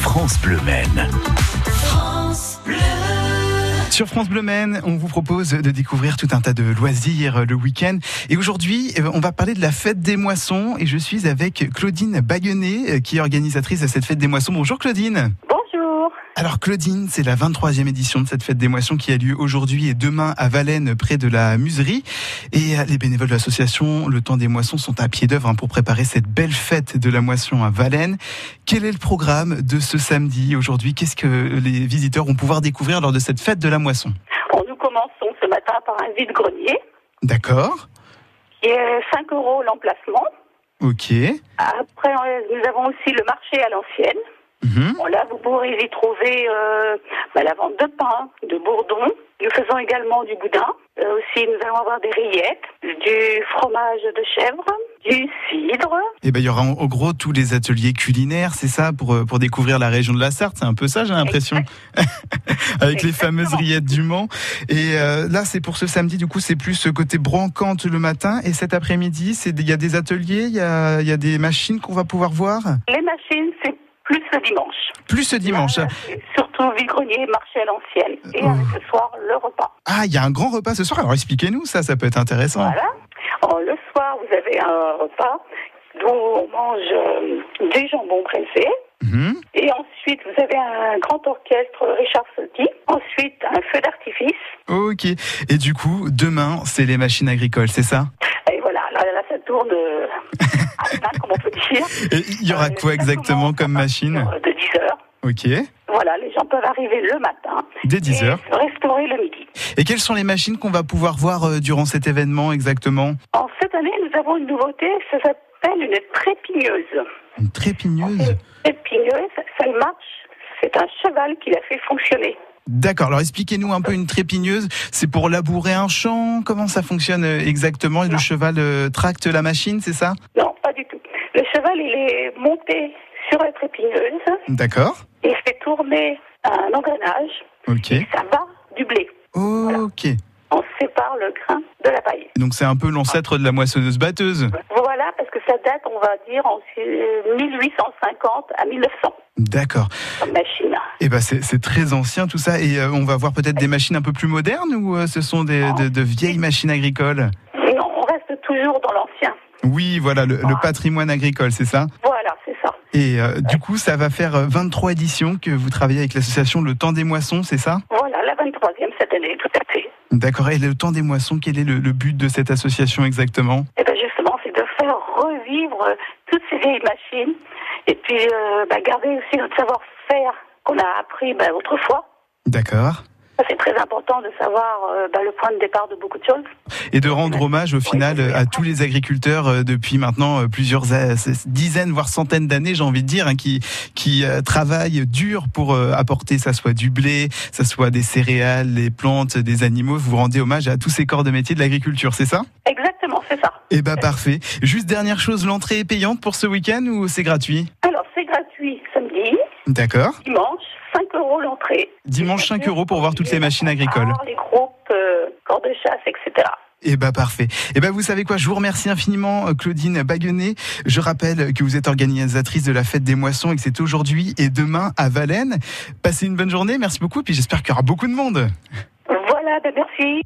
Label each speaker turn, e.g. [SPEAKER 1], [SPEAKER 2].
[SPEAKER 1] France Bleu Maine.
[SPEAKER 2] Sur France Bleu Maine, on vous propose de découvrir tout un tas de loisirs euh, le week-end. Et aujourd'hui, euh, on va parler de la fête des moissons. Et je suis avec Claudine Baguenet, euh, qui est organisatrice de cette fête des moissons. Bonjour Claudine.
[SPEAKER 3] Bonjour.
[SPEAKER 2] Alors Claudine, c'est la 23e édition de cette fête des moissons qui a lieu aujourd'hui et demain à Valennes, près de la Muserie. Et euh, les bénévoles de l'association Le Temps des Moissons sont à pied d'œuvre hein, pour préparer cette belle fête de la moisson à Valennes. Quel est le programme de ce samedi aujourd'hui Qu'est-ce que les visiteurs vont pouvoir découvrir lors de cette fête de la moisson
[SPEAKER 3] Bon, nous commençons ce matin par un vide-grenier
[SPEAKER 2] D'accord.
[SPEAKER 3] qui est 5 euros l'emplacement.
[SPEAKER 2] Ok.
[SPEAKER 3] Après, euh, nous avons aussi le marché à l'ancienne.
[SPEAKER 2] Mhm.
[SPEAKER 3] Bon, là, vous pourrez y trouver euh, bah, la vente de pain, de bourdon. Nous faisons également du boudin. Euh, aussi, nous allons avoir des rillettes, du fromage de chèvre, du cidre.
[SPEAKER 2] Et ben il y aura en, en gros tous les ateliers culinaires, c'est ça, pour, euh, pour découvrir la région de la Sarthe. C'est un peu ça, j'ai l'impression, avec les fameuses
[SPEAKER 3] Exactement.
[SPEAKER 2] rillettes du Mans. Et euh, là, c'est pour ce samedi. Du coup, c'est plus ce côté brocante le matin. Et cet après-midi, c'est des- il y a des ateliers, il y a, il y a des machines qu'on va pouvoir voir.
[SPEAKER 3] Les machines, c'est plus le dimanche.
[SPEAKER 2] Plus ce dimanche.
[SPEAKER 3] Là, c'est surtout vide-grenier, marché à l'ancienne. Et avec ce soir, le repas.
[SPEAKER 2] Ah, il y a un grand repas ce soir. Alors expliquez-nous ça, ça peut être intéressant.
[SPEAKER 3] Voilà. Alors, le soir, vous avez un repas dont on mange euh, du jambon pressé.
[SPEAKER 2] Mhm.
[SPEAKER 3] Et ensuite, vous avez un grand orchestre Richard Solti. Ensuite, un feu d'artifice.
[SPEAKER 2] Ok. Et du coup, demain, c'est les machines agricoles, c'est ça
[SPEAKER 3] Et voilà, là, là, ça tourne euh, à plein, comme on peut dire,
[SPEAKER 2] Et il y aura
[SPEAKER 3] Euh,
[SPEAKER 2] quoi exactement
[SPEAKER 3] exactement,
[SPEAKER 2] comme machine
[SPEAKER 3] euh, de 10 heures.
[SPEAKER 2] Ok.
[SPEAKER 3] Voilà, les gens peuvent arriver le matin
[SPEAKER 2] Dès 10
[SPEAKER 3] et
[SPEAKER 2] heures.
[SPEAKER 3] se restaurer le midi.
[SPEAKER 2] Et quelles sont les machines qu'on va pouvoir voir euh, durant cet événement exactement
[SPEAKER 3] En cette année, nous avons une nouveauté, ça s'appelle une trépigneuse.
[SPEAKER 2] Une trépigneuse
[SPEAKER 3] Une trépigneuse, ça marche. C'est un cheval qui l'a fait fonctionner.
[SPEAKER 2] D'accord, alors expliquez-nous un peu une trépigneuse. C'est pour labourer un champ Comment ça fonctionne euh, exactement Et le
[SPEAKER 3] Non.
[SPEAKER 2] cheval euh, tracte la machine, c'est ça
[SPEAKER 3] Non, pas du tout. Le cheval, il est monté sur la trépigneuse,
[SPEAKER 2] D'accord.
[SPEAKER 3] il fait tourner un engrenage,
[SPEAKER 2] Ok.
[SPEAKER 3] ça bat du blé.
[SPEAKER 2] Ok.
[SPEAKER 3] On sépare le grain de la paille.
[SPEAKER 2] Donc c'est un peu l'ancêtre de la moissonneuse-batteuse.
[SPEAKER 3] Voilà, parce que ça date, on va dire, en euh, 1850 à 1900,
[SPEAKER 2] D'accord.
[SPEAKER 3] comme machine.
[SPEAKER 2] Et ben c'est c'est très ancien tout ça. Et euh, on va voir peut-être des machines un peu plus modernes ou euh, ce sont des, de, de vieilles machines agricoles
[SPEAKER 3] Non, on reste toujours dans l'ancien.
[SPEAKER 2] Oui, voilà, le, le patrimoine agricole, c'est ça
[SPEAKER 3] Voilà, c'est ça.
[SPEAKER 2] Et euh, du coup, ça va faire euh, 23 éditions que vous travaillez avec l'association Le Temps des Moissons, c'est ça
[SPEAKER 3] Voilà, la 23e cette année, tout à fait.
[SPEAKER 2] D'accord. Et le Temps des Moissons, quel est le, le but de cette association exactement
[SPEAKER 3] Et bien Eh ben, justement, c'est de faire revivre euh, toutes ces vieilles machines et puis euh, bah, garder aussi notre savoir-faire qu'on a appris bah, autrefois.
[SPEAKER 2] D'accord.
[SPEAKER 3] Ça, C'est très important de savoir euh, bah, le point de départ de beaucoup de choses.
[SPEAKER 2] Et de rendre hommage au final euh, à tous les agriculteurs euh, depuis maintenant euh, plusieurs euh, c- dizaines, voire centaines d'années, j'ai envie de dire, hein, qui, qui euh, travaillent dur pour euh, apporter, ça soit du blé, ça soit des céréales, des plantes, des animaux. Vous rendez hommage à tous ces corps de métier de l'agriculture, c'est ça
[SPEAKER 3] Exactement, c'est ça.
[SPEAKER 2] Eh ben parfait. Juste dernière chose, l'entrée est payante pour ce week-end ou c'est gratuit
[SPEAKER 3] Alors, c'est gratuit samedi,
[SPEAKER 2] D'accord.
[SPEAKER 3] dimanche, 5 euros l'entrée.
[SPEAKER 2] Dimanche 5 euros pour voir toutes les machines agricoles.
[SPEAKER 3] Les groupes, euh, corps de chasse, etc.
[SPEAKER 2] Eh ben parfait. Eh ben vous savez quoi, je vous remercie infiniment euh, Claudine Baguenet. Je rappelle que vous êtes organisatrice de la fête des moissons et que c'est aujourd'hui et demain à Valennes. Passez une bonne journée, merci beaucoup, puis j'espère qu'il y aura beaucoup de monde.
[SPEAKER 3] Voilà, ben merci.